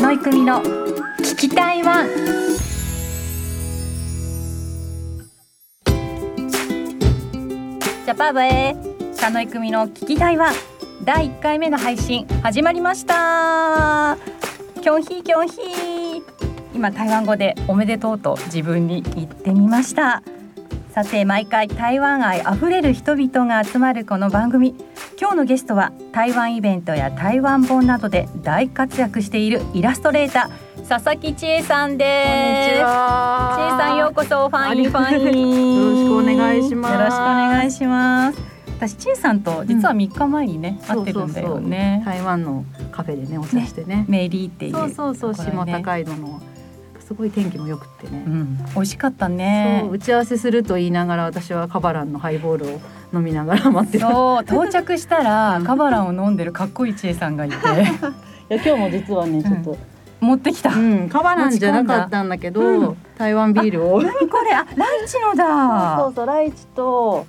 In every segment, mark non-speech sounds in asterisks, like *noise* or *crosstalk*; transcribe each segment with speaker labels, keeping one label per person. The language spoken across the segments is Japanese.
Speaker 1: 野井組の聞きたいワンジャパブへ佐野井組の聞きたいワン第一回目の配信始まりましたキョンヒーキョンヒー今台湾語でおめでとうと自分に言ってみましたさて毎回台湾愛あふれる人々が集まるこの番組今日のゲストは台湾イベントや台湾本などで大活躍しているイラストレーター佐々木千恵さん
Speaker 2: こんにち
Speaker 1: です
Speaker 2: は。
Speaker 1: ちえさんようこそファインファイン
Speaker 2: よろしくお願いします
Speaker 1: よろしくお願いします私ちえさんと実は3日前にね、会ってるんだよね
Speaker 2: 台湾のカフェでねお茶してね。
Speaker 1: メリーっていう
Speaker 2: そうそうそう
Speaker 1: ところ
Speaker 2: 下
Speaker 1: ね
Speaker 2: 高井戸のすごい天気も良くって
Speaker 1: う
Speaker 2: ね。
Speaker 1: ん、美味しかった
Speaker 2: そ
Speaker 1: ね
Speaker 2: う打ち合わせすると言いながら私はカバランのハイボールを飲みながら待ってた。い
Speaker 1: そう到着したら
Speaker 2: うん
Speaker 1: カバランを飲んでるかっこいいちえさんが
Speaker 2: *laughs*
Speaker 1: いて
Speaker 2: や今日も実はね
Speaker 1: ちょっと、持ってきた、
Speaker 2: うん、カバランじゃなかったんだけど、
Speaker 1: うん
Speaker 2: 台湾ビール *laughs* を。
Speaker 1: 何これあライチのだ
Speaker 2: そうそうライチと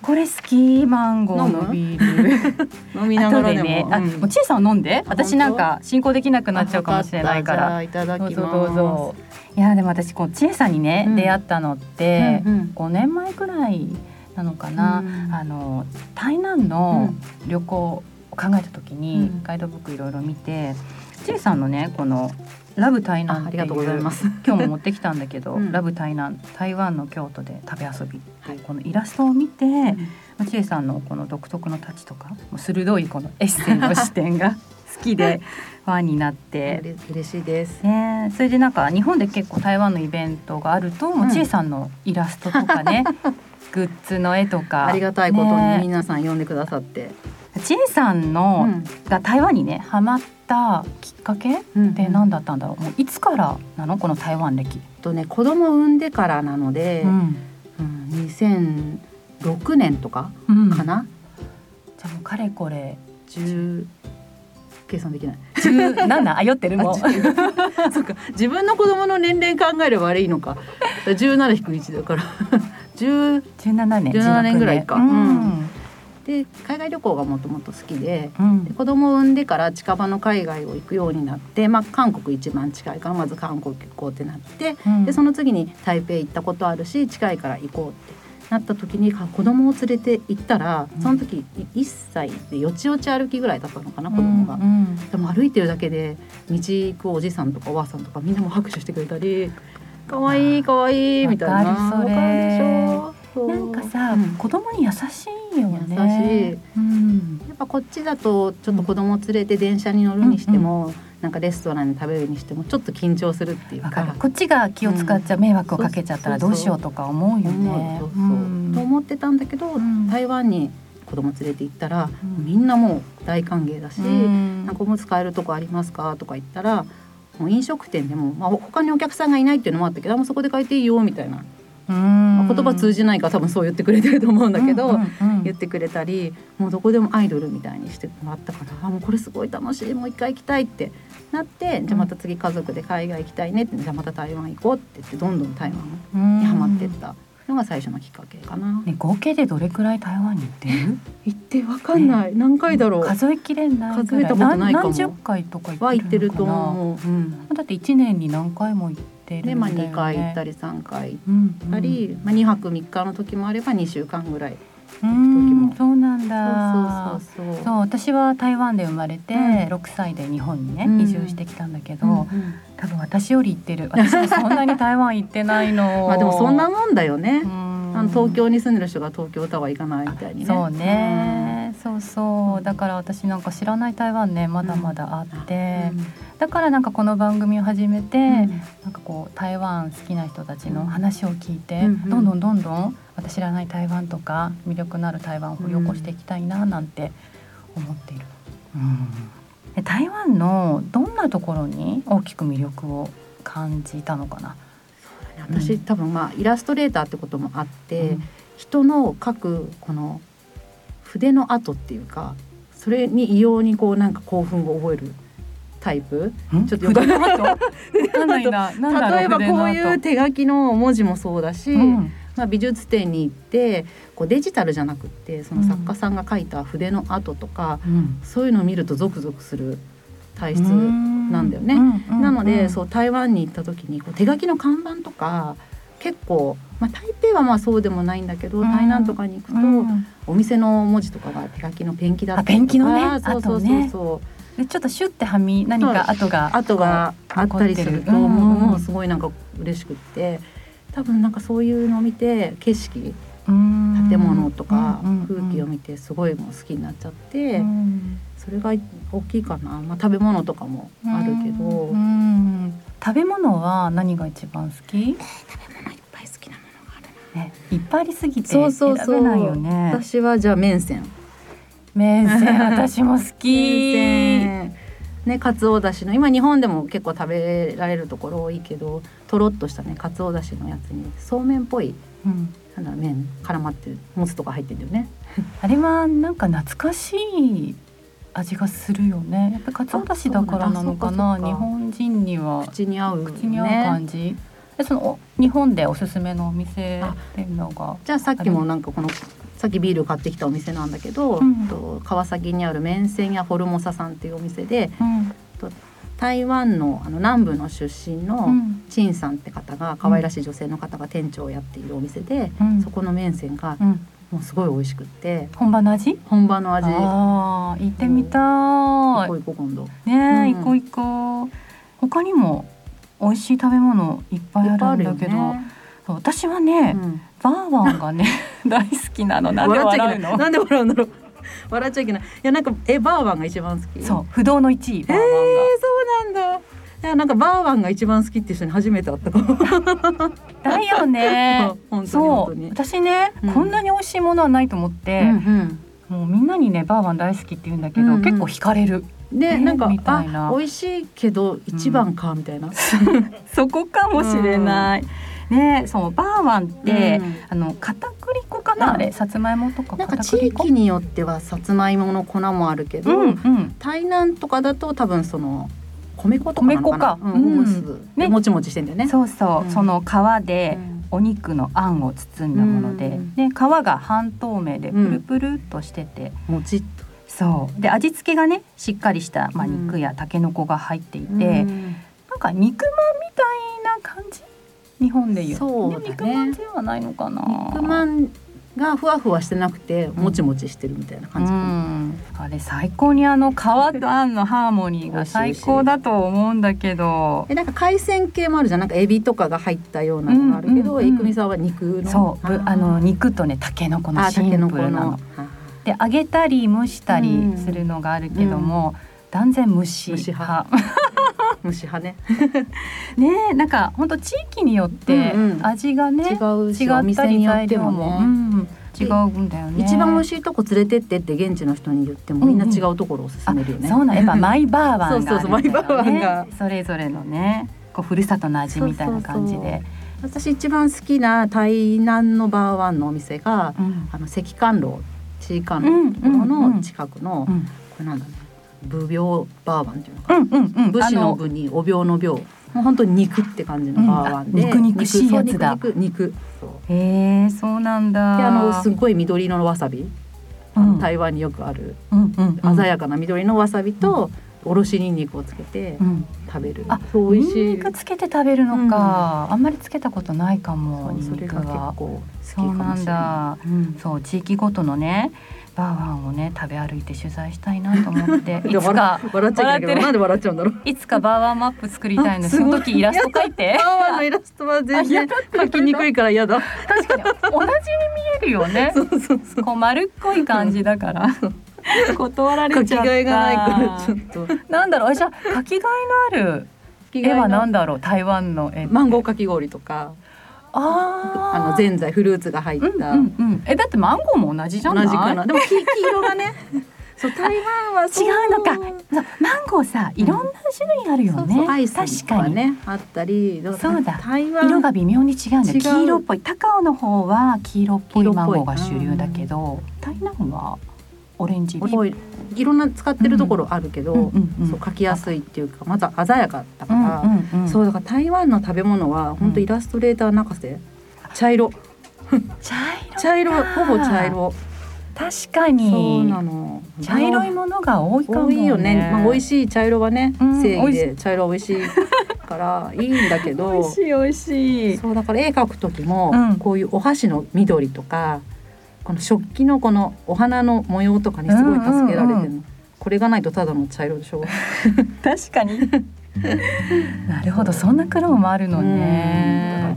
Speaker 1: これ好きマンゴー
Speaker 2: 飲
Speaker 1: の
Speaker 2: む
Speaker 1: ビール
Speaker 2: 飲みなが
Speaker 1: 後
Speaker 2: らで
Speaker 1: で
Speaker 2: も。
Speaker 1: ね、あ
Speaker 2: うん
Speaker 1: もうちえさんは飲んで私なんか進行できなく
Speaker 2: あ
Speaker 1: なっちゃうかもしれないから
Speaker 2: わったじゃあ
Speaker 1: ど
Speaker 2: いただ
Speaker 1: う
Speaker 2: き
Speaker 1: ぞ
Speaker 2: ます。
Speaker 1: どうぞ。いやでも私こうちえさんにね、
Speaker 2: うん
Speaker 1: 出会ったのっ
Speaker 2: う
Speaker 1: て
Speaker 2: んうん。
Speaker 1: 5年前くらいなのかな、
Speaker 2: うん
Speaker 1: あの台南の旅行を考えた時に、
Speaker 2: うん
Speaker 1: ガイドブックいろいろ見てちえさんのねこの「ラブ台
Speaker 2: あ
Speaker 1: 南」
Speaker 2: あ
Speaker 1: って
Speaker 2: り
Speaker 1: いう
Speaker 2: がとうございます。 *laughs*
Speaker 1: 今日も持ってきたんだけど「
Speaker 2: うん
Speaker 1: ラブ台南台湾の京都で食べ遊び」って
Speaker 2: はいいう
Speaker 1: このイラストを見て、
Speaker 2: ん
Speaker 1: まあちえさんのこの独特のタッチとかもう鋭いこのエッセンの視点が好き
Speaker 2: *laughs*
Speaker 1: でファンになって
Speaker 2: うれ嬉しいです。
Speaker 1: ねえ、それでなんか日本で結構台湾のイベントがあると、もうちえさんのイラストとか
Speaker 2: *laughs*
Speaker 1: ねグッズの絵とか
Speaker 2: ありがたいことに
Speaker 1: ね
Speaker 2: 皆さん呼んでくださって。
Speaker 1: えちえさん
Speaker 2: う
Speaker 1: の、
Speaker 2: ん
Speaker 1: が台湾にねハマったきっかけっ
Speaker 2: うん
Speaker 1: て何だったんだろうもういつからなのこの台湾歴、
Speaker 2: とね子供産んでからなので、
Speaker 1: ん
Speaker 2: うん2006年とか
Speaker 1: うん、
Speaker 2: か
Speaker 1: じゃ
Speaker 2: な、
Speaker 1: あもうかれこれ
Speaker 2: 10計算できない。 *laughs*
Speaker 1: 17あ酔ってるもう
Speaker 2: あ10そっか自分の子供の年齢考えれば悪いのか。17引く1だから10
Speaker 1: 17年
Speaker 2: 17年ぐらいか
Speaker 1: 16年
Speaker 2: で海外旅行がもともと好きで。
Speaker 1: うん、うん
Speaker 2: で子供を産んでから近場の海外を行くようになって、まあ、韓国一番近いからまず韓国行こうってなって
Speaker 1: うん
Speaker 2: でその次に台北行ったことあるし近いから行こうってなった時にか子供を連れて行ったら
Speaker 1: うん
Speaker 2: その時1歳でよちよち歩きぐらいだったのかな子供が。
Speaker 1: うん
Speaker 2: でも歩いてるだけで道行くおじさんとかおばあさんとかみんなも拍手してくれたり「かわいいかわいい」みたいな。
Speaker 1: わかるそれ
Speaker 2: わるでしょそう
Speaker 1: なんかさ、
Speaker 2: うん
Speaker 1: 子供に優しいよね
Speaker 2: 優しい
Speaker 1: うん
Speaker 2: やっぱこっちだとちょっと子供を連れて電車に乗るにしても、なんかレストランで食べるにしてもちょっと緊張するっていう
Speaker 1: わ
Speaker 2: か
Speaker 1: かるこっちが気を使っちゃう迷惑をかけちゃったらどうしようとか思うよね
Speaker 2: 思う。そ
Speaker 1: う
Speaker 2: うそう、と
Speaker 1: ん
Speaker 2: 思ってたんだけど、
Speaker 1: うん
Speaker 2: 台湾に子供連れて行ったら、
Speaker 1: うん
Speaker 2: みんなもう大歓迎だし、
Speaker 1: うん
Speaker 2: なんかおむつ買えるとこありますかとか言ったらもう飲食店でも、まあ、他にお客さんがいないっていうのもあったけどあもうそこで買えていいよみたいな、まあ言葉通じないから多分そう言ってくれてると思うんだけど、
Speaker 1: うんうんうん
Speaker 2: 言ってくれたりもうどこでもアイドルみたいにしてもらったからあもうこれすごい楽しいもう一回行きたいってなってじゃあまた次家族で海外行きたいねってじゃあまた台湾行こうって言ってどんどん台湾
Speaker 1: うん
Speaker 2: にハマってったのが最初のきっかけかな。
Speaker 1: ね合計でどれくらい台湾に行ってる？
Speaker 2: 行ってわかんない、何回だろう
Speaker 1: 数えきれないぐらい。
Speaker 2: 数えたことないかも
Speaker 1: 何十回とか
Speaker 2: は
Speaker 1: 行
Speaker 2: 行
Speaker 1: っ
Speaker 2: ってて
Speaker 1: る
Speaker 2: る
Speaker 1: のか
Speaker 2: と
Speaker 1: な。
Speaker 2: 思う。うん
Speaker 1: だって一年に何回も行ってる
Speaker 2: で
Speaker 1: ん
Speaker 2: まあ
Speaker 1: だよね。
Speaker 2: 2回行った
Speaker 1: り。
Speaker 2: り3回行
Speaker 1: うん
Speaker 2: ったり、まあ、2泊3日の時もあれば2週間ぐらい。
Speaker 1: うん、
Speaker 2: も
Speaker 1: うんそうなんだ。
Speaker 2: そうそうそう
Speaker 1: そう私は台湾で生まれて、
Speaker 2: うん
Speaker 1: 6歳で日本にね、
Speaker 2: うん
Speaker 1: 移住してきたんだけど、
Speaker 2: うんうん
Speaker 1: 多分私より行ってる私もそんなに台湾行ってないの
Speaker 2: *laughs* まあでもそんなもんだよね。
Speaker 1: うん
Speaker 2: あの東京に住んでる人が東京タワー行かないみたいにね。
Speaker 1: そうね、そうそうだから私なんか知らない台湾ねまだまだあって、だからなんかこの番組を始めて、
Speaker 2: うん。
Speaker 1: なんかこう台湾好きな人たちの話を聞いて、
Speaker 2: うんうん
Speaker 1: どんどんどんどん私知らない台湾とか魅力のある台湾を掘り起こしていきたいななんて思っている、で台湾のどんなところに大きく魅力を感じたのかな、
Speaker 2: うん私多分まあイラストレーターってこともあって、人の描くこの筆の跡っていうかそれに異様にこうなんか興奮を覚えるタイプ
Speaker 1: うん、
Speaker 2: ちょっと
Speaker 1: 筆の跡わかんないななんだろう
Speaker 2: 例えばこうい
Speaker 1: 筆
Speaker 2: う
Speaker 1: の跡
Speaker 2: 手書きの文字もそうだし、
Speaker 1: うん
Speaker 2: まあ、美術展に行ってこうデジタルじゃなくってその作家さんが描いた筆の跡とか、そういうのを見るとゾクゾクする体質
Speaker 1: うん
Speaker 2: なんだよね。なので、そう台湾に行った時にこう手書きの看板とか結構、まあ、台北はまあそうでもないんだけど、
Speaker 1: うん
Speaker 2: 台南とかに行くと、
Speaker 1: うん
Speaker 2: お店の文字とかが手書きのペンキだった
Speaker 1: あペン
Speaker 2: り
Speaker 1: キ
Speaker 2: と
Speaker 1: の
Speaker 2: か、
Speaker 1: ね
Speaker 2: そうそう
Speaker 1: あと
Speaker 2: そう
Speaker 1: ね
Speaker 2: そう、
Speaker 1: でちょっとシュッてはみ何か跡が
Speaker 2: 跡があったりする
Speaker 1: 残って
Speaker 2: と
Speaker 1: るうん
Speaker 2: もうもうすごいなんか嬉しくって多分なんかそういうのを見て景色
Speaker 1: 建
Speaker 2: 建物とか風景を見てすごいもう好きになっちゃって、それが大きいかな、まあ、食べ物とかもあるけど、
Speaker 1: 食べ物は何が一番好き？
Speaker 2: いっぱい好きなものがある
Speaker 1: ね、いっぱいありすぎて
Speaker 2: そ
Speaker 1: 選
Speaker 2: うそうそう
Speaker 1: べないよね。
Speaker 2: 私はじゃあ麺線
Speaker 1: 麺線私も好き。
Speaker 2: 麺線ねかつおだしの今日本でも結構食べられるところ多いけどとろっとしたねかつおだしのやつにそうめんっぽい
Speaker 1: うん
Speaker 2: なんだろう麺絡まってるもつとか入ってるんだよね
Speaker 1: あれはなんか懐かしい味がするよね。やっぱりかつおだしだからなのかな。
Speaker 2: あそうなんだ
Speaker 1: 日本人には
Speaker 2: 口に合う、ね、
Speaker 1: 口に合う感じ。えそのお日本でおすすめのお店っていうのが。
Speaker 2: じゃあさっきもなんかこのさっきビール買ってきたお店なんだけど、
Speaker 1: うん
Speaker 2: と川崎にある麺線やフォルモサさんっていうお店で
Speaker 1: うん
Speaker 2: 台湾のあの南部の出身
Speaker 1: う
Speaker 2: の
Speaker 1: ん
Speaker 2: 陳さんって方が可愛らしい女性の方が店長をやっているお店で、
Speaker 1: うん
Speaker 2: そこの麺線が
Speaker 1: うん
Speaker 2: もうすごい美味しくって
Speaker 1: 本場の味？
Speaker 2: 本場の味行
Speaker 1: ああ行ってみたい
Speaker 2: こ。う行こう今度いっ
Speaker 1: ねえ、
Speaker 2: うん
Speaker 1: 行こう行こう他にも美味しい食べ物いっぱいあるんだけど、そう私はね、
Speaker 2: うん
Speaker 1: バーワンがね *laughs* 大好きなのなんで
Speaker 2: 笑っちゃ
Speaker 1: 笑
Speaker 2: いうけ
Speaker 1: の
Speaker 2: ないなんで笑うんだろう笑っちゃいけないいやなんかえバーワンが一番好き
Speaker 1: そう不動の1位バーワン
Speaker 2: えーそうなんだいやなんかバーワンが一番好きって人に初めて会ったかも
Speaker 1: が、だよ *laughs* ね
Speaker 2: 本当に
Speaker 1: そ
Speaker 2: 本当
Speaker 1: う
Speaker 2: に
Speaker 1: 私ね、
Speaker 2: うん
Speaker 1: こんなに美味しいものはないと思って、
Speaker 2: うん
Speaker 1: もうみんなにねバーワン大好きって言うんだけど、
Speaker 2: うんうん
Speaker 1: 結構惹かれる
Speaker 2: うんで、
Speaker 1: えー
Speaker 2: なんか
Speaker 1: みたいな
Speaker 2: あ美味しいけど一番か、みたいな
Speaker 1: そこかもしれない、ねえそうバーワンって、
Speaker 2: うん
Speaker 1: あの片栗粉かな、
Speaker 2: うん
Speaker 1: あれさつまいもとか
Speaker 2: なんか
Speaker 1: 片
Speaker 2: 地
Speaker 1: 栗粉
Speaker 2: 域によってはさつまいもの粉もあるけど、
Speaker 1: うんうん
Speaker 2: 台南とかだと多分その米粉とかなのか
Speaker 1: 米
Speaker 2: な
Speaker 1: 粉か
Speaker 2: うん
Speaker 1: うん
Speaker 2: ホームスで
Speaker 1: ね
Speaker 2: もちもちしてんだよね。
Speaker 1: そうそう、
Speaker 2: うん
Speaker 1: その皮で、
Speaker 2: うん
Speaker 1: お肉のあんを包んだもので、
Speaker 2: うん
Speaker 1: で皮が半透明で
Speaker 2: う
Speaker 1: プ
Speaker 2: ん
Speaker 1: ルプルっとしてて、
Speaker 2: もちっと
Speaker 1: そうで味付けがねしっかりした、まあ、
Speaker 2: うん
Speaker 1: 肉やたけのこが入っていて、
Speaker 2: うん
Speaker 1: なんか肉まんみたいな感じ日本でいう
Speaker 2: そうだね
Speaker 1: で肉まんではないのかな
Speaker 2: 肉ま
Speaker 1: ん
Speaker 2: んがふわふわしてなくてもちもちしてるみたいな
Speaker 1: う
Speaker 2: 感じ。
Speaker 1: ん、あれ最高にあの皮とあんのハーモニー
Speaker 2: *laughs*
Speaker 1: が最高だと思うんだけど
Speaker 2: えなんか海鮮系もあるじゃんなんかエビとかが入ったようなのがあるけど、
Speaker 1: うんうんうん
Speaker 2: えくみさんは肉の
Speaker 1: そうぶあの肉とねたけのこの
Speaker 2: あ
Speaker 1: シ
Speaker 2: たけ
Speaker 1: ン
Speaker 2: の
Speaker 1: プ
Speaker 2: こ
Speaker 1: ルなの
Speaker 2: の
Speaker 1: で揚げたり蒸したりするのがあるけども、断然蒸し
Speaker 2: 蒸し
Speaker 1: 派
Speaker 2: 派虫歯ね
Speaker 1: *laughs* ねえなんか本当地域によって
Speaker 2: うんうん
Speaker 1: 味がね、
Speaker 2: 違う
Speaker 1: 違
Speaker 2: しお
Speaker 1: った
Speaker 2: 店
Speaker 1: り
Speaker 2: によっ
Speaker 1: 材
Speaker 2: て
Speaker 1: 料
Speaker 2: も
Speaker 1: も、う
Speaker 2: ね、
Speaker 1: ん、違うんだよね
Speaker 2: 一番美味
Speaker 1: しい
Speaker 2: しいとこ連れてってって現地の人に言ってもみんな違うところを勧めるよね。
Speaker 1: そうなんやっぱマイバーワンがあるんだよね、
Speaker 2: そうそうそうマイバーワンが
Speaker 1: それぞれのねこうふるさとの味みたいな感じで
Speaker 2: 私一番好きな台南のバーワンのお店が
Speaker 1: うん
Speaker 2: あの赤関路地位関路のところの近くの、
Speaker 1: う
Speaker 2: こ
Speaker 1: ん
Speaker 2: れなんだね武病バーワンっていうのか
Speaker 1: う
Speaker 2: な、
Speaker 1: んうんうん
Speaker 2: 武士の
Speaker 1: あ
Speaker 2: 武にお病の病もう本当に肉って感じのバーワンで、
Speaker 1: うんあ肉肉しいやつだ
Speaker 2: 肉そう肉肉肉そう
Speaker 1: へえそうなんだ
Speaker 2: であのすっごい緑のわさび、あ
Speaker 1: うん
Speaker 2: の台湾によくある
Speaker 1: うんうんうん
Speaker 2: 鮮やかな緑のわさびと、おろしにんにくをつけて
Speaker 1: うん
Speaker 2: 食べる、
Speaker 1: あ
Speaker 2: そう
Speaker 1: ニ
Speaker 2: 美味し
Speaker 1: ン
Speaker 2: い
Speaker 1: ニクつけて食べるのか、あんまりつけたことないかも
Speaker 2: そう
Speaker 1: ニン
Speaker 2: それ
Speaker 1: ニク
Speaker 2: が結
Speaker 1: は
Speaker 2: 構
Speaker 1: そ
Speaker 2: 好
Speaker 1: う
Speaker 2: き
Speaker 1: な
Speaker 2: かも
Speaker 1: ん
Speaker 2: しれない。
Speaker 1: だ
Speaker 2: うん
Speaker 1: そう地域ごとのねバーワンをね食べ歩いて取材したいなと思って
Speaker 2: *laughs*
Speaker 1: い
Speaker 2: いや
Speaker 1: つか
Speaker 2: 笑笑っちゃいけない
Speaker 1: 笑ってる
Speaker 2: けどなんで笑っちゃうんだろう。
Speaker 1: いつかバーワンマップ作りたいの
Speaker 2: あ
Speaker 1: そ
Speaker 2: すごい
Speaker 1: の時イラスト描い
Speaker 2: *laughs*
Speaker 1: て
Speaker 2: パワーのイラストは全然描きにくいから嫌だ。
Speaker 1: 確かに同じに見えるよ *laughs* ね
Speaker 2: そうそうそう。
Speaker 1: こう丸っこい感じだから断られちゃ
Speaker 2: 書
Speaker 1: った
Speaker 2: きがえがないからちょっと。
Speaker 1: なんだろうあじゃあ書きがえのある絵は何だろう台湾の絵
Speaker 2: マンゴーかき氷とか、
Speaker 1: あ
Speaker 2: あの
Speaker 1: 全
Speaker 2: ぜんざいフルーツが入っ
Speaker 1: うん
Speaker 2: た。
Speaker 1: うんうんえだってマンゴーも同じじゃ
Speaker 2: 同
Speaker 1: ない
Speaker 2: じかな。でも *laughs* 黄黄色が
Speaker 1: *laughs*
Speaker 2: ね。そう台湾は
Speaker 1: 違
Speaker 2: そう
Speaker 1: のかそうマンゴーさいろんな種類あるよ
Speaker 2: そう
Speaker 1: ね、
Speaker 2: そうアイス
Speaker 1: 確
Speaker 2: と
Speaker 1: かに、
Speaker 2: ねあったり。だから
Speaker 1: そうだ
Speaker 2: 台湾
Speaker 1: 色が微妙に違うんだよ
Speaker 2: 違う
Speaker 1: 黄色っぽい高尾の方は黄色っぽいマンゴーが
Speaker 2: 黄
Speaker 1: 主
Speaker 2: 色っぽい
Speaker 1: 流だけど、台南はオレンジ
Speaker 2: 多いいろんな使ってるところあるけど、
Speaker 1: んう
Speaker 2: そう描きやすいっていうかまた鮮やかだか
Speaker 1: うん
Speaker 2: ら。
Speaker 1: うんうん
Speaker 2: そうだから台湾の食べ物は本当イラストレーター泣かせ、茶色
Speaker 1: 茶色
Speaker 2: 茶色ほぼ茶色
Speaker 1: 確かに
Speaker 2: そうなの
Speaker 1: 茶色いものが多いかも、ね、
Speaker 2: 多いよねまあ、美味
Speaker 1: しい
Speaker 2: しい茶色はね、
Speaker 1: うん
Speaker 2: 正義
Speaker 1: 美
Speaker 2: で茶色は美味しいからいいんだ
Speaker 1: *laughs*
Speaker 2: け
Speaker 1: 美
Speaker 2: ど
Speaker 1: 味しい美味しい
Speaker 2: そうだから絵描く時も、
Speaker 1: うん
Speaker 2: こういうお箸の緑とかこの食器のこのお花の模様とかにすごい助けられてるの、
Speaker 1: うんうん
Speaker 2: これがないとただの茶色でしょ
Speaker 1: 確か
Speaker 2: *laughs*
Speaker 1: になるほどそんな苦労もあるのね、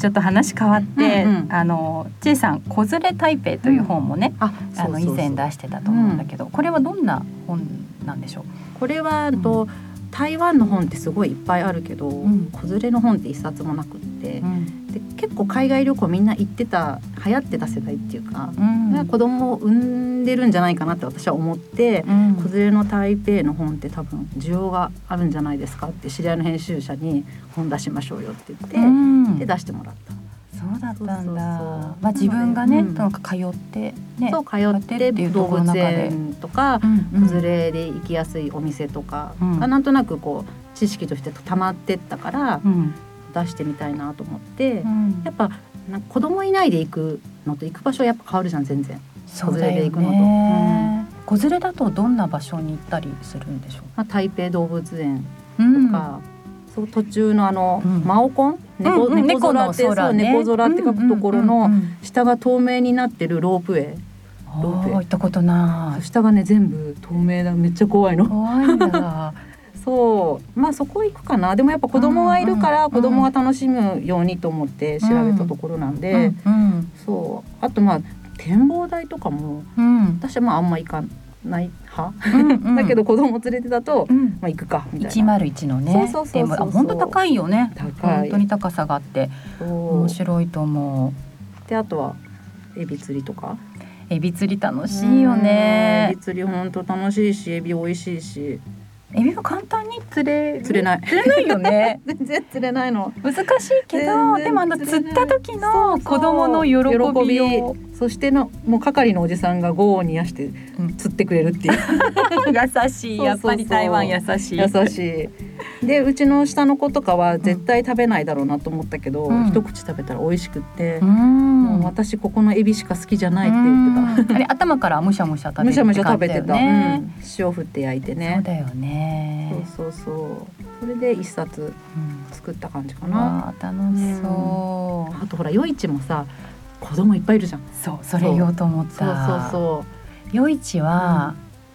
Speaker 1: ちょっと話変わって、
Speaker 2: うんうん
Speaker 1: あの J さん「子連れ台北」という本もね、
Speaker 2: あ
Speaker 1: あの以前出してたと思うんだけど、これはどんな本なんでしょ
Speaker 2: これは、えっと台湾の本ってすごいいっぱいあるけど、
Speaker 1: ん
Speaker 2: 子連れの本って一冊もなくって、
Speaker 1: う、うん
Speaker 2: で結構海外旅行みんな行ってた流行ってた世代っていうか、が子供を産んでるんじゃないかなって私は思って、
Speaker 1: うん
Speaker 2: 子連れの台北の本って多分需要があるんじゃないですかって知り合いの編集者に本出しましょうよって言って、
Speaker 1: うん
Speaker 2: で出してもらった。
Speaker 1: そうだったんだ
Speaker 2: そうそうそう
Speaker 1: まあ、自分がね、
Speaker 2: うん
Speaker 1: なんか通ってね
Speaker 2: そう通って
Speaker 1: っていうと
Speaker 2: 動
Speaker 1: ころの
Speaker 2: 物
Speaker 1: 中で
Speaker 2: 園とか
Speaker 1: う、んうん
Speaker 2: 子連れで行きやすいお店とか
Speaker 1: うん
Speaker 2: がなんとなくこう知識として溜まってったから
Speaker 1: うん
Speaker 2: 出してみたいなと思って、
Speaker 1: うん
Speaker 2: やっぱなんか子供いないで行くのと行く場所やっぱ変わるじゃん全然。
Speaker 1: そうだよ
Speaker 2: 子連れで行くのと
Speaker 1: ね子連れだとどんな場所に行ったりするんでしょ
Speaker 2: まあ、台北動物園
Speaker 1: う、う
Speaker 2: とか、そう途中のあの、
Speaker 1: うん
Speaker 2: マオコン猫,、
Speaker 1: うんうん
Speaker 2: 猫空って
Speaker 1: 猫の
Speaker 2: そう
Speaker 1: ね
Speaker 2: 猫空って書くところの、
Speaker 1: うんうんうんうん
Speaker 2: 下が透明になってるロープウェイ
Speaker 1: ロ
Speaker 2: ロープウェイ
Speaker 1: 行ったことな
Speaker 2: 下がね全部透明だめっちゃ怖い
Speaker 1: い *laughs*
Speaker 2: の。
Speaker 1: 怖いんだ
Speaker 2: そうまあそこ行くかなでもやっぱ子供がいるか
Speaker 1: う
Speaker 2: ら
Speaker 1: んうん
Speaker 2: 子供が楽しむようにと思って調べたところなん *laughs* で、
Speaker 1: うん
Speaker 2: そうあとまあ展望台とかも
Speaker 1: うん
Speaker 2: 私はまああんま行かない派、
Speaker 1: うん
Speaker 2: だけど子供連れてだと、
Speaker 1: うん
Speaker 2: まあ、行くかみたい
Speaker 1: 一
Speaker 2: な。
Speaker 1: 丸一のね
Speaker 2: そうそうそうそう
Speaker 1: でもあ本当高いよね
Speaker 2: 高
Speaker 1: 本
Speaker 2: い
Speaker 1: 当に高さがあって
Speaker 2: そ
Speaker 1: 面
Speaker 2: う
Speaker 1: 白いと思
Speaker 2: であとはエビ釣りとか
Speaker 1: うエビ釣り楽しいよね
Speaker 2: うんエビ釣り本当楽しいしエビ美味しいし
Speaker 1: エビは簡単に釣れる
Speaker 2: 釣れない
Speaker 1: *laughs* 釣れないよね
Speaker 2: *laughs* 全然釣れないの
Speaker 1: 難しいけど
Speaker 2: 全然
Speaker 1: でもあの
Speaker 2: 釣れ
Speaker 1: 釣
Speaker 2: な
Speaker 1: っ
Speaker 2: い
Speaker 1: た時の子供の喜び *laughs* を
Speaker 2: 喜びそしてのもう係のおじさんが業を煮やして
Speaker 1: うん
Speaker 2: 釣ってくれる
Speaker 1: *laughs*
Speaker 2: っていう
Speaker 1: 優しい
Speaker 2: そうそうそう
Speaker 1: やっぱり台湾優しい
Speaker 2: 優しいでうちの下の子とかは絶対食べないだろうなと思ったけど、
Speaker 1: うん
Speaker 2: 一口食べたら美味しくって
Speaker 1: う、ん
Speaker 2: もう私ここのエビしか好きじゃないって言っ
Speaker 1: う
Speaker 2: て
Speaker 1: んあれ頭からむしゃむしゃ食
Speaker 2: た
Speaker 1: べ
Speaker 2: む
Speaker 1: て
Speaker 2: しゃむしゃ食べて
Speaker 1: 感
Speaker 2: た、
Speaker 1: じだよね
Speaker 2: うん塩振って焼いて
Speaker 1: そう
Speaker 2: ね
Speaker 1: だよね
Speaker 2: そうそうそうそれで一冊
Speaker 1: うん
Speaker 2: 作った感じかな、
Speaker 1: わあ楽しそう、
Speaker 2: あとほら夜市もさ子供いっぱいいるじゃん
Speaker 1: そうそれ言おうと思っ
Speaker 2: そう
Speaker 1: た
Speaker 2: そうそ
Speaker 1: 夜市は、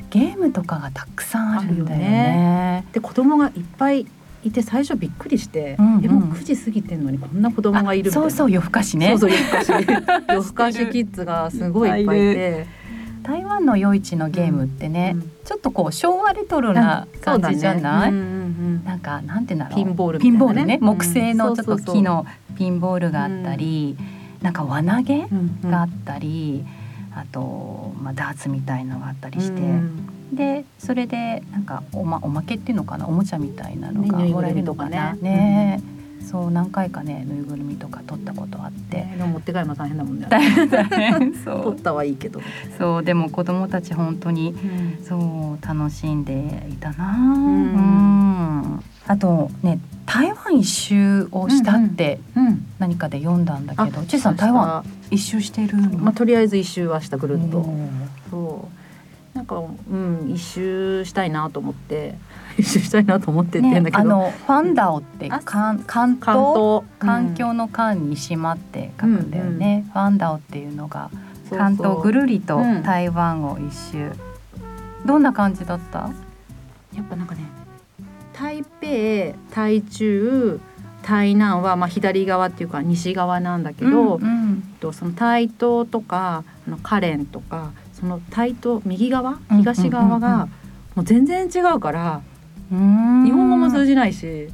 Speaker 1: ゲームとかがたくさんあるんだよね
Speaker 2: うで子供がいっぱいいて最初びっくりして、
Speaker 1: うんうん
Speaker 2: えもう9時過ぎてんのにこんな子供がいるみたい
Speaker 1: そ
Speaker 2: な
Speaker 1: うそう夜更かしね
Speaker 2: そうそう夜更かし夜更かしキッズがすごいいっぱいいて
Speaker 1: 台湾の夜市のゲームってね、
Speaker 2: うん
Speaker 1: ちょっとこう昭和レトロな
Speaker 2: そう
Speaker 1: 感
Speaker 2: だね
Speaker 1: じじゃない、
Speaker 2: うんうん
Speaker 1: なんかなんていうんだろう
Speaker 2: ピンボールみた
Speaker 1: ピ
Speaker 2: い
Speaker 1: ン
Speaker 2: なね
Speaker 1: ボールね、
Speaker 2: うん
Speaker 1: 木製のちょっ
Speaker 2: そ
Speaker 1: と
Speaker 2: うそうそう
Speaker 1: 木のピンボールがあったり、なんか輪投げ
Speaker 2: うんうんうん
Speaker 1: があったり、あと、まあ、ダーツみたいのがあったりして、
Speaker 2: うん
Speaker 1: でそれでなんかおまおまけっていうのかなおもちゃみたいなのが
Speaker 2: ねぬい
Speaker 1: も
Speaker 2: ぐ
Speaker 1: らえ
Speaker 2: る
Speaker 1: る
Speaker 2: み
Speaker 1: の
Speaker 2: と
Speaker 1: か
Speaker 2: かね
Speaker 1: なねそう何回かねぬいぐるみとか取ったことあって
Speaker 2: *laughs* ねでも持って帰るの大変だもんね
Speaker 1: 大変だねそ
Speaker 2: 取ったはいいけど、
Speaker 1: うそうでも子供たち本当にそう楽しんでいたなうん
Speaker 2: ん
Speaker 1: あとね台湾一周をしたって
Speaker 2: うん
Speaker 1: 何かで読んだんだけど、
Speaker 2: あ
Speaker 1: ちいさん
Speaker 2: そう
Speaker 1: 台
Speaker 2: そう
Speaker 1: 湾一周してるの、
Speaker 2: まあとりあえず一周はしたぐるっと、
Speaker 1: おー
Speaker 2: そうなんかうん一周したいなと思って一周したいなと思ってって言うん
Speaker 1: ね
Speaker 2: だ、け
Speaker 1: あ
Speaker 2: ど、
Speaker 1: のファンダオって
Speaker 2: あ
Speaker 1: 関関東
Speaker 2: 関東
Speaker 1: 環境の環に島って書くんだよね、ファンダオっていうのが関東ぐ
Speaker 2: ル
Speaker 1: るりと
Speaker 2: うん
Speaker 1: 台湾を一周、どんな感じだった
Speaker 2: やっぱなんかね台北台中台南はまあ左側っていうか西側なんだけど、
Speaker 1: うんうん
Speaker 2: とその台東とかあのカレンとかその台東右側
Speaker 1: うん
Speaker 2: 東側
Speaker 1: うんうんう
Speaker 2: がもう全然違うから、
Speaker 1: うん
Speaker 2: 日本語も通じないし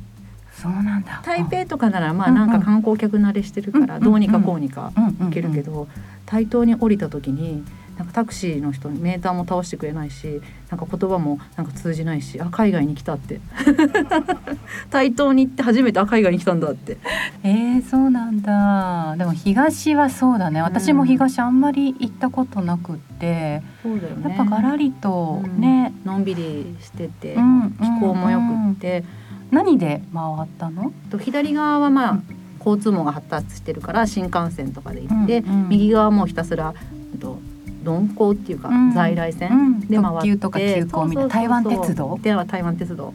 Speaker 1: そうなんだ
Speaker 2: 台北とかならまあ
Speaker 1: うんうん
Speaker 2: なんか観光客慣れしてるから、
Speaker 1: うん
Speaker 2: どうにかこうにか
Speaker 1: うんうんうん
Speaker 2: 行けるけど、対等に降りた時になんかタクシーの人にメーターも倒してくれないしなんか言葉もなんか通じないしあ海外に来たって *laughs* 対等に行って初めてあ海外に来たんだって
Speaker 1: えー、そうなんだでも東はそうだね私も東あんまり行ったことなくって、
Speaker 2: そうだよ
Speaker 1: やっぱがらりとね、
Speaker 2: のんびりしてて、
Speaker 1: うんうん
Speaker 2: 気候もよくって、
Speaker 1: 何で回ったの
Speaker 2: と左側はまあ、
Speaker 1: うん
Speaker 2: 交通網が発達してるから新幹線とかで行って、
Speaker 1: うんうん
Speaker 2: 右側はもうひたすらえっと鈍行っていうか、
Speaker 1: うん
Speaker 2: 在来
Speaker 1: う
Speaker 2: 線
Speaker 1: ん、
Speaker 2: で回っ
Speaker 1: 特急
Speaker 2: て、
Speaker 1: とか急行みたいな台湾鉄道
Speaker 2: では台湾鉄道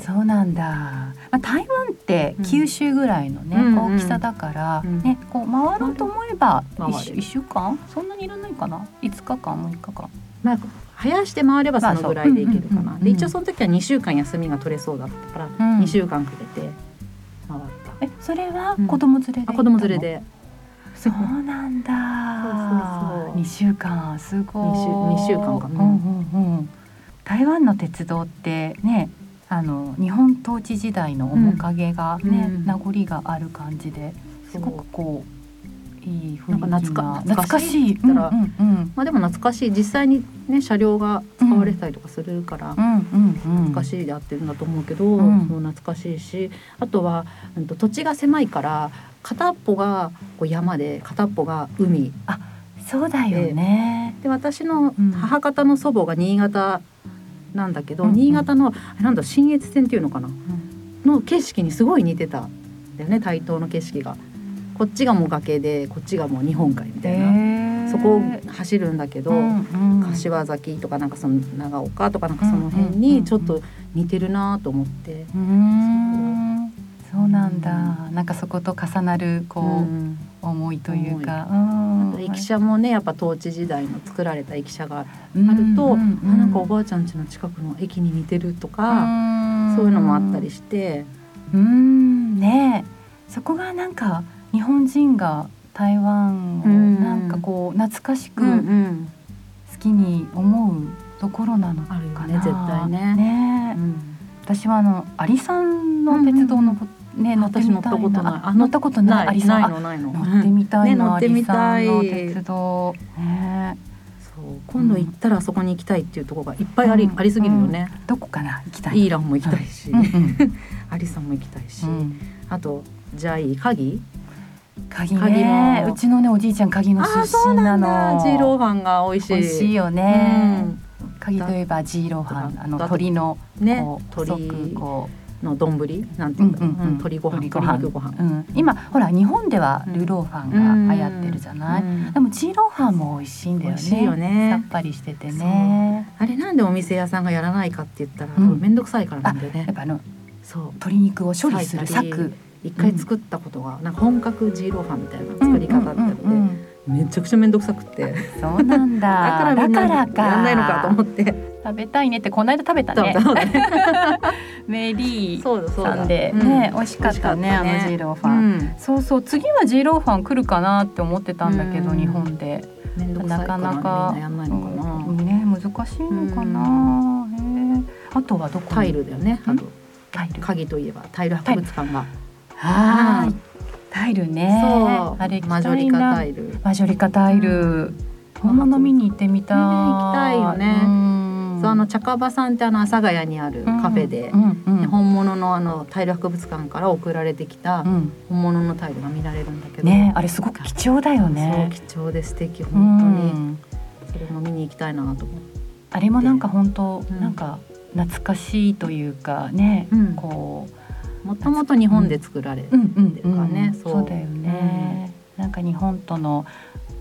Speaker 1: そうなんだ、まあ、台湾って
Speaker 2: うん
Speaker 1: 九州ぐらいのね、
Speaker 2: うんうん
Speaker 1: 大きさだから、
Speaker 2: うん
Speaker 1: ねこう回ろうと思えば
Speaker 2: 回る
Speaker 1: 一週一週間そんなにいらないかな5日間6日間
Speaker 2: まあ早して回ればそのぐらいでいけるかな、
Speaker 1: まあそううんうんうんうん
Speaker 2: で一応その時は2週間休みが取れそうだったから、
Speaker 1: うん
Speaker 2: 2週間かけて回った、
Speaker 1: えそれは
Speaker 2: うん
Speaker 1: 子供連れで行った
Speaker 2: あ
Speaker 1: の
Speaker 2: 子供連れで
Speaker 1: そうなんだ
Speaker 2: そうそうそう
Speaker 1: 二週間すごい
Speaker 2: 二週二週間か
Speaker 1: うん
Speaker 2: な
Speaker 1: うんうん台湾の鉄道ってねあの日本統治時代の面影がね、
Speaker 2: うん
Speaker 1: 名残がある感じで、すごくこういい雰囲気な
Speaker 2: なんか懐か
Speaker 1: 懐かしい
Speaker 2: 懐かし
Speaker 1: うんうんうん
Speaker 2: まあでも懐かしい実際にね車両が使われたりとかするから、
Speaker 1: うんうんうん
Speaker 2: 懐かしいであってるんだと思うけど、
Speaker 1: ん
Speaker 2: もう懐かしいしあとは、うん、と土地が狭いから片っぽがこう山で片っぽが海
Speaker 1: そうだよね。
Speaker 2: で私の
Speaker 1: うん
Speaker 2: 母方の祖母が新潟なんだけど、
Speaker 1: うんうん
Speaker 2: 新潟のあなんだ新越線っていうのかな、の景色にすごい似てたんだよね台東の景色が。こっちがもう崖でこっちがもう日本海みたいな、
Speaker 1: えー
Speaker 2: そこを走るんだけど。
Speaker 1: うんうん
Speaker 2: 柏崎とかなんかその長岡とかなんかその辺にちょっと似てるなと思って、
Speaker 1: うーんそうなんだ。なんかそこと重なるこう、
Speaker 2: うん
Speaker 1: 思いというか、うん
Speaker 2: 駅舎もねやっぱ統治時代の作られた駅舎がある
Speaker 1: うん
Speaker 2: と、
Speaker 1: うんうん
Speaker 2: あなんかおばあちゃん家の近くの駅に似てるとか、
Speaker 1: ん
Speaker 2: そういうのもあったりして、
Speaker 1: うんねえそこがなんか日本人が台湾を
Speaker 2: うん
Speaker 1: なんかこう懐かしく
Speaker 2: うん
Speaker 1: 好きに思うところなのか
Speaker 2: あるよ
Speaker 1: な、
Speaker 2: ね絶対ね
Speaker 1: ねえ
Speaker 2: うん
Speaker 1: 私はあのアリさんの鉄道の、ね乗ってみたいな
Speaker 2: 私乗ったことない
Speaker 1: あ乗ったことないア
Speaker 2: ない
Speaker 1: リさ
Speaker 2: ない
Speaker 1: んあ
Speaker 2: のないの、
Speaker 1: 乗ってみたいな、
Speaker 2: ね乗ってみたい
Speaker 1: アリさんの鉄道ね
Speaker 2: そう今度行ったらそこに行きたいっていうところがいっぱいあり,、
Speaker 1: うん
Speaker 2: ありすぎるよね、
Speaker 1: えどこかな行きたい
Speaker 2: イーランも行きたいし、
Speaker 1: うんうん
Speaker 2: アリさんも行きたいし、
Speaker 1: うん
Speaker 2: あとジャイ鍵
Speaker 1: 鍵
Speaker 2: 鍵
Speaker 1: ね
Speaker 2: も
Speaker 1: うちのねおじいちゃん鍵の出身なの
Speaker 2: ジーローファンが美味しい。
Speaker 1: 美味しいよね、鍵といえばジーローハンあの
Speaker 2: だ
Speaker 1: 鳥の
Speaker 2: うんね
Speaker 1: こう、細く
Speaker 2: 鶏
Speaker 1: こ
Speaker 2: の丼なんていうんだろう、うん鶏ご飯、鶏肉ご飯
Speaker 1: う、うん、今ほら日本ではルーローファンが流行ってるじゃない、
Speaker 2: うん
Speaker 1: でもジーローハンも美味しいんだよ
Speaker 2: 美
Speaker 1: ね
Speaker 2: 味しいよ
Speaker 1: さっ
Speaker 2: ね。
Speaker 1: ぱりしててね
Speaker 2: あれなんでお店屋さんがやらないかって言ったら、
Speaker 1: うん
Speaker 2: めんどくさいからなんだよ
Speaker 1: やっ
Speaker 2: ね。
Speaker 1: ぱあの
Speaker 2: そう、
Speaker 1: 鶏肉を処理する
Speaker 2: 裂いたり
Speaker 1: 柵
Speaker 2: 一回作ったことが、なんか本格ジーローファンみたいな作り方ってので、
Speaker 1: うんうんうん
Speaker 2: めちゃくちゃめんどくさくって、だ
Speaker 1: そうなんだ
Speaker 2: *laughs* からみんなや
Speaker 1: だから
Speaker 2: んないのかと思って、
Speaker 1: 食べたいねってこの間食べたねメリー
Speaker 2: *laughs* そうだそうだ。
Speaker 1: さんで、
Speaker 2: うん
Speaker 1: ね美味しかったね
Speaker 2: 美味しかったね
Speaker 1: あのジーローフ
Speaker 2: う
Speaker 1: ァン、
Speaker 2: ん、
Speaker 1: そうそう次はジーローファン来るかなって思ってたんだけど、
Speaker 2: うん
Speaker 1: 日本で、
Speaker 2: めんどくさいから
Speaker 1: なかなか
Speaker 2: みんなやんないのかな。
Speaker 1: うんね難しいのかな、へえあとはどこに
Speaker 2: タイルだよね。あと
Speaker 1: タイル
Speaker 2: 鍵といえばタイル博物館が、
Speaker 1: あータイルねあれ行きた
Speaker 2: マ
Speaker 1: いな
Speaker 2: ジョリカタイル。
Speaker 1: マジョリカタイル、本物見に行ってみたい、
Speaker 2: ね行きたいよね
Speaker 1: うん
Speaker 2: そうあの茶カバさんってあの阿佐ヶ谷にあるカフェで、
Speaker 1: うんうんうん
Speaker 2: 本物のあのタイル博物館から送られてきた
Speaker 1: うん
Speaker 2: 本物のタイルが見られるんだけど、
Speaker 1: ねあれすごく貴重だよね
Speaker 2: そう貴重で素敵
Speaker 1: う
Speaker 2: 本
Speaker 1: ん
Speaker 2: 当にそれも見に行きたいなと思って、
Speaker 1: あれもなんか本当、
Speaker 2: うん
Speaker 1: なんか懐かしいというかね、
Speaker 2: うん
Speaker 1: こう
Speaker 2: もともと日本で作られる、
Speaker 1: うんうん
Speaker 2: っていうかね
Speaker 1: そ
Speaker 2: そうう
Speaker 1: だよね、なんか日本との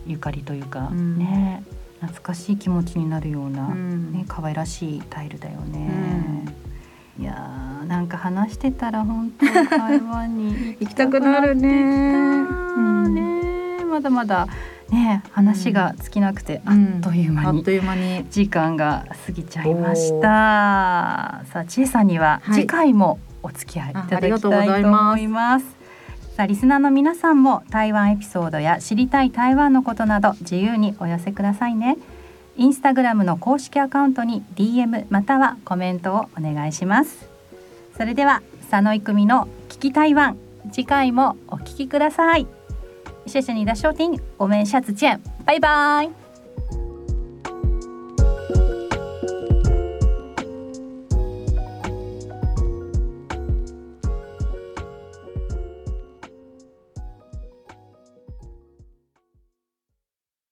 Speaker 1: ゆかりというか、
Speaker 2: うん
Speaker 1: ね懐かしい気持ちになるような、
Speaker 2: うん
Speaker 1: ね可愛らしいタイルだよね、いやーなんか話してたら本当に台湾に
Speaker 2: *laughs* 行きたくなるね
Speaker 1: うんねまだまだね話が尽きなくて、
Speaker 2: うん
Speaker 1: あっという
Speaker 2: あ
Speaker 1: 間
Speaker 2: っ
Speaker 1: に
Speaker 2: という間に
Speaker 1: 時間が過ぎちゃいましたさあ千恵さんには
Speaker 2: はい
Speaker 1: 次回もお付き合いいただ
Speaker 2: あありが
Speaker 1: き
Speaker 2: とうご
Speaker 1: た
Speaker 2: ざ
Speaker 1: い
Speaker 2: い
Speaker 1: と思
Speaker 2: ます
Speaker 1: いますさあリスナーの皆さんも台湾エピソードや知りたい台湾のことなど自由にお寄せくださいねインスタグラムの公式アカウントに DM またはコメントをお願いしますそれでは佐野育美の聞き台湾次回もお聞きください谢谢你的收听我们下次见拜拜